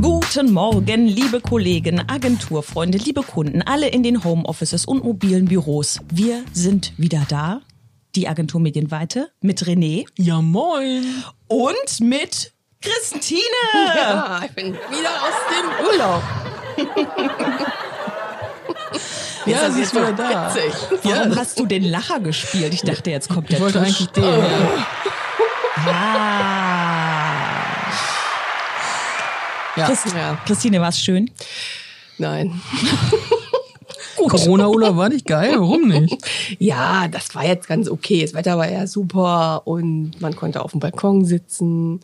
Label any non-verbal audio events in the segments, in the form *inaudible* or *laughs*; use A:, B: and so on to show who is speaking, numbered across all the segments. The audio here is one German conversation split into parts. A: Guten Morgen, liebe Kollegen, Agenturfreunde, liebe Kunden, alle in den Homeoffices und mobilen Büros. Wir sind wieder da. Die Agentur Medienweite mit René
B: Ja, moin.
A: und mit Christine.
B: *laughs* Ja, ich bin wieder aus dem Urlaub. *laughs* ja, sie ist wieder da.
A: Warum
B: Ja,
A: hast du den Lacher gespielt? Ich dachte, jetzt kommt der
B: ich wollte
A: Tusch. Oh.
B: eigentlich den. Ja.
A: Ah.
B: Ja.
A: Christ
B: Ja.
A: Christine, war es schön?
C: Nein.
B: Corona-Urlaub war nicht geil, warum *laughs* nicht?
C: Ja, das war jetzt ganz okay. Das Wetter war ja super und man konnte auf dem Balkon sitzen.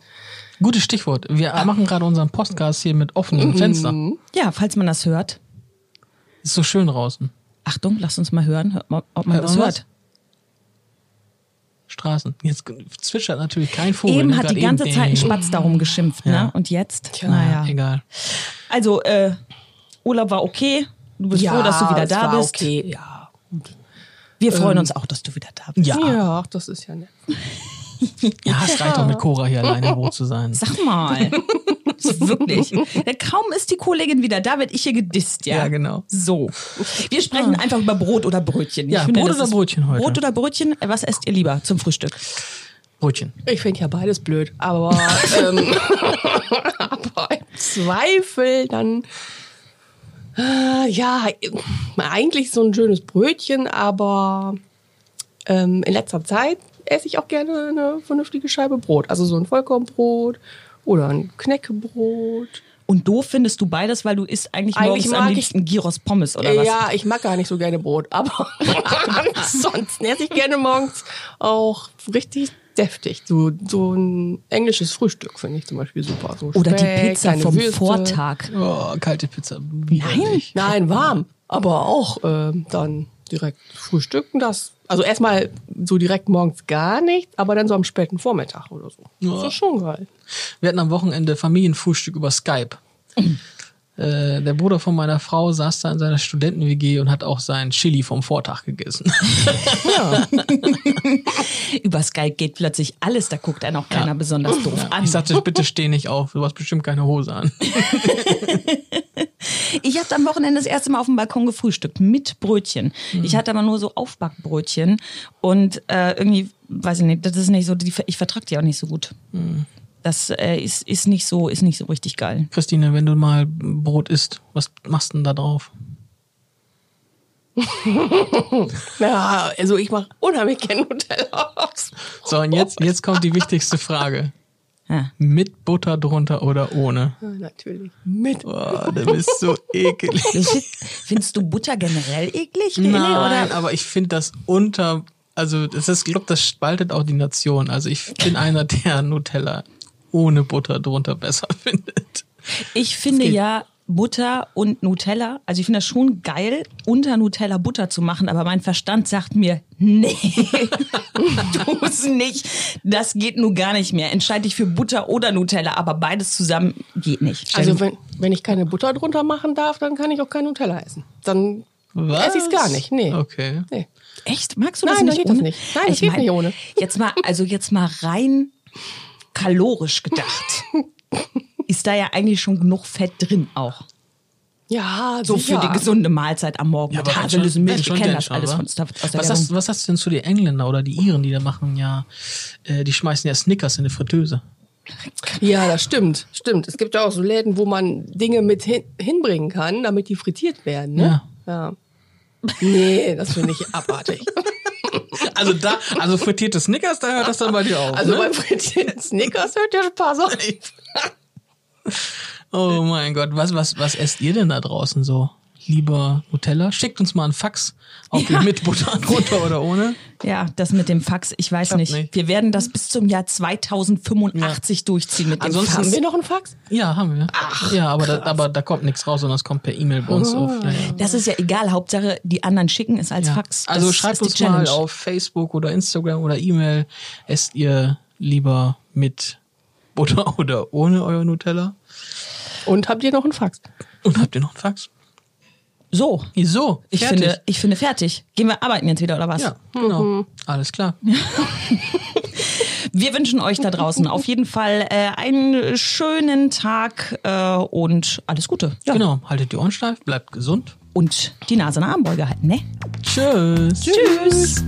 B: Gutes Stichwort. Wir machen gerade unseren Podcast hier mit offenem Fenster.
A: Ja, falls man das hört.
B: Ist so schön draußen.
A: Achtung, lasst uns mal hören, hört mal, ob man
B: Hört
A: das
B: man
A: hört.
B: Straßen. Jetzt zwitschert natürlich kein Vogel.
A: eben
B: ne?
A: hat
B: Gerade
A: die ganze
B: eben-
A: Zeit ein Spatz darum geschimpft,
B: Ja.
A: ne? Und jetzt?
B: Ja, Egal.
A: Also, äh, Urlaub war okay. Du bist froh, dass du wieder
C: es
A: da
C: war
A: bist.
C: Okay, ja. gut.
A: Wir freuen uns auch, dass du wieder da bist.
B: Ja.
C: Ja, ach, das ist ja nett.
B: Ja, es reicht doch mit Cora hier alleine im *laughs* Boot zu sein.
A: Sag
C: *laughs*
A: mal. *laughs* Wirklich. Ja, Kaum ist die Kollegin wieder da, wird ich hier gedisst, ja.
B: Ja, genau.
A: So. Wir
C: Ah.
A: sprechen einfach über Brot oder Brötchen.
B: Ja, Brot
A: das
B: oder
A: ist-
B: Brötchen heute.
A: Brot oder Brötchen, äh, was esst ihr lieber zum Frühstück?
B: Brötchen.
C: Ich finde ja beides blöd,
A: *laughs*
C: aber, ähm, *laughs* aber im Zweifel dann. Äh, ja, eigentlich so ein schönes Brötchen, aber ähm, in letzter Zeit esse ich auch gerne eine vernünftige Scheibe Brot. Also so ein Vollkornbrot oder ein Knäckebrot.
A: Und doof findest du beides, weil du isst eigentlich morgens
C: Eigentlich
A: am
C: mag ich-
A: liebsten Gyros Pommes oder was?
C: Ja, ich mag gar nicht so gerne Brot, *laughs* aber ansonsten esse ich gerne morgens auch richtig deftig. So, so ein englisches Frühstück finde ich zum Beispiel super. So
A: Oder die
C: Speck,
A: Pizza
C: kleine
A: vom
C: Würste.
A: Vortag.
B: Oh, kalte Pizza. Widerlich.
C: Nein, warm, aber auch ähm, dann direkt frühstücken das. Also erstmal so direkt morgens gar nicht, aber dann so am späten Vormittag oder so. Das
B: Ja.
C: ist schon geil.
B: Wir hatten am Wochenende Familienfrühstück über Skype. Äh, der Bruder von meiner Frau saß da in seiner Studenten-WG und hat auch sein Chili vom Vortag gegessen.
A: Über Skype geht plötzlich alles, da guckt einen auch keiner besonders doof an.
B: Ich sagte, bitte steh nicht auf, du hast bestimmt keine Hose an.
A: Ich habe am Wochenende das erste Mal auf dem Balkon gefrühstückt mit Brötchen. Ich hatte aber nur so Aufbackbrötchen und äh, irgendwie, weiß ich nicht, das ist nicht so, die, ich vertrag die auch nicht so gut. Das äh, ist, ist nicht so, ist nicht so richtig geil.
B: Christine, wenn du mal Brot isst, was machst du denn da drauf?
C: Ja, also ich mache unheimlich gerne *laughs* Nutella aus.
B: So, und jetzt, jetzt kommt die wichtigste Frage.
A: Ja.
B: Mit Butter drunter oder ohne?
C: Ja, Natürlich. Mit.
B: Oh, du bist so ekelig.
A: Findest du Butter generell eklig? René,
B: Nein,
A: oder?
B: aber ich finde das unter, also das ist, glaube das spaltet auch die Nation. Also ich bin einer, der Nutella ohne Butter drunter besser *laughs* findet.
A: Ich finde ja Butter und Nutella, also ich finde das schon geil, unter Nutella Butter zu machen, aber mein Verstand sagt mir, nee, *laughs* tu's nicht. Das geht nur gar nicht mehr. Entscheide dich für Butter oder Nutella, aber beides zusammen geht nicht.
C: Also wenn, wenn ich keine Butter drunter machen darf, dann kann ich auch kein Nutella essen. Dann esse ich es gar nicht. Nee.
B: Okay.
C: nee.
A: Echt? Magst du das
C: Nein,
A: nicht?
C: dann geht das
A: ohne?
C: nicht. Nein, das geht nicht ohne.
A: Jetzt mal, also jetzt mal rein kalorisch gedacht. Ist da ja eigentlich schon genug Fett drin auch.
C: Ja,
A: So
C: sicher.
A: für die gesunde Mahlzeit am Morgen mit Haselnüssen, Milch. Ich kenne das alles von Stuff aus der
B: was,
A: Werbung.
B: hast, was hast du denn zu den Engländer oder die Iren, die da machen ja, äh, die schmeißen ja Snickers in eine Fritteuse.
C: Ja, das stimmt. Stimmt. Es gibt ja auch so Läden, wo man Dinge mit hin, hinbringen kann, damit die frittiert werden. Ne? Ja. Nee, das finde
B: *laughs*
C: ich abartig.
B: Also da, also frittierte Snickers, da hört das dann bei dir auf.
C: Also
B: ne?
C: bei frittierten Snickers hört der Spaß auf.
B: Oh mein Gott, was, was, was esst ihr denn da draußen so? Lieber Nutella, schickt uns mal einen Fax, ob ihr mit Butter drunter oder ohne.
A: Ja, das mit dem Fax, ich weiß nicht.
B: nicht.
A: Wir werden das bis zum Jahr 2085 durchziehen mit dem
B: Ansonsten-
C: Haben
A: Fax.
C: wir noch einen Fax?
B: Ja, haben wir. ja, aber da, aber da kommt nichts raus, sondern es kommt per E-Mail bei uns auf. Ja, ja.
A: Das ist ja egal, Hauptsache die anderen schicken es Oh, als
B: Ja.
A: Fax.
B: also
A: das
B: schreibt
A: ist die
B: uns
A: Challenge.
B: mal auf Facebook oder Instagram oder E-Mail, esst ihr lieber mit Butter *laughs* oder ohne euer Nutella?
C: Und habt ihr noch einen Fax?
B: Und habt ihr noch einen Fax?
A: So,
B: Wieso?
A: ich
B: Fertig. genau.
A: finde, Mhm. ich finde fertig. Gehen wir arbeiten jetzt wieder oder was?
B: Ja, genau. Alles klar.
A: Wir wünschen euch da
B: *laughs*
A: draußen auf jeden Fall äh, einen schönen Tag äh, und alles Gute. Ja.
B: Genau, haltet die Ohren steif, bleibt gesund.
A: Und die Nase in der Armbeuge halten, ne?
B: Tschüss.
A: Tschüss.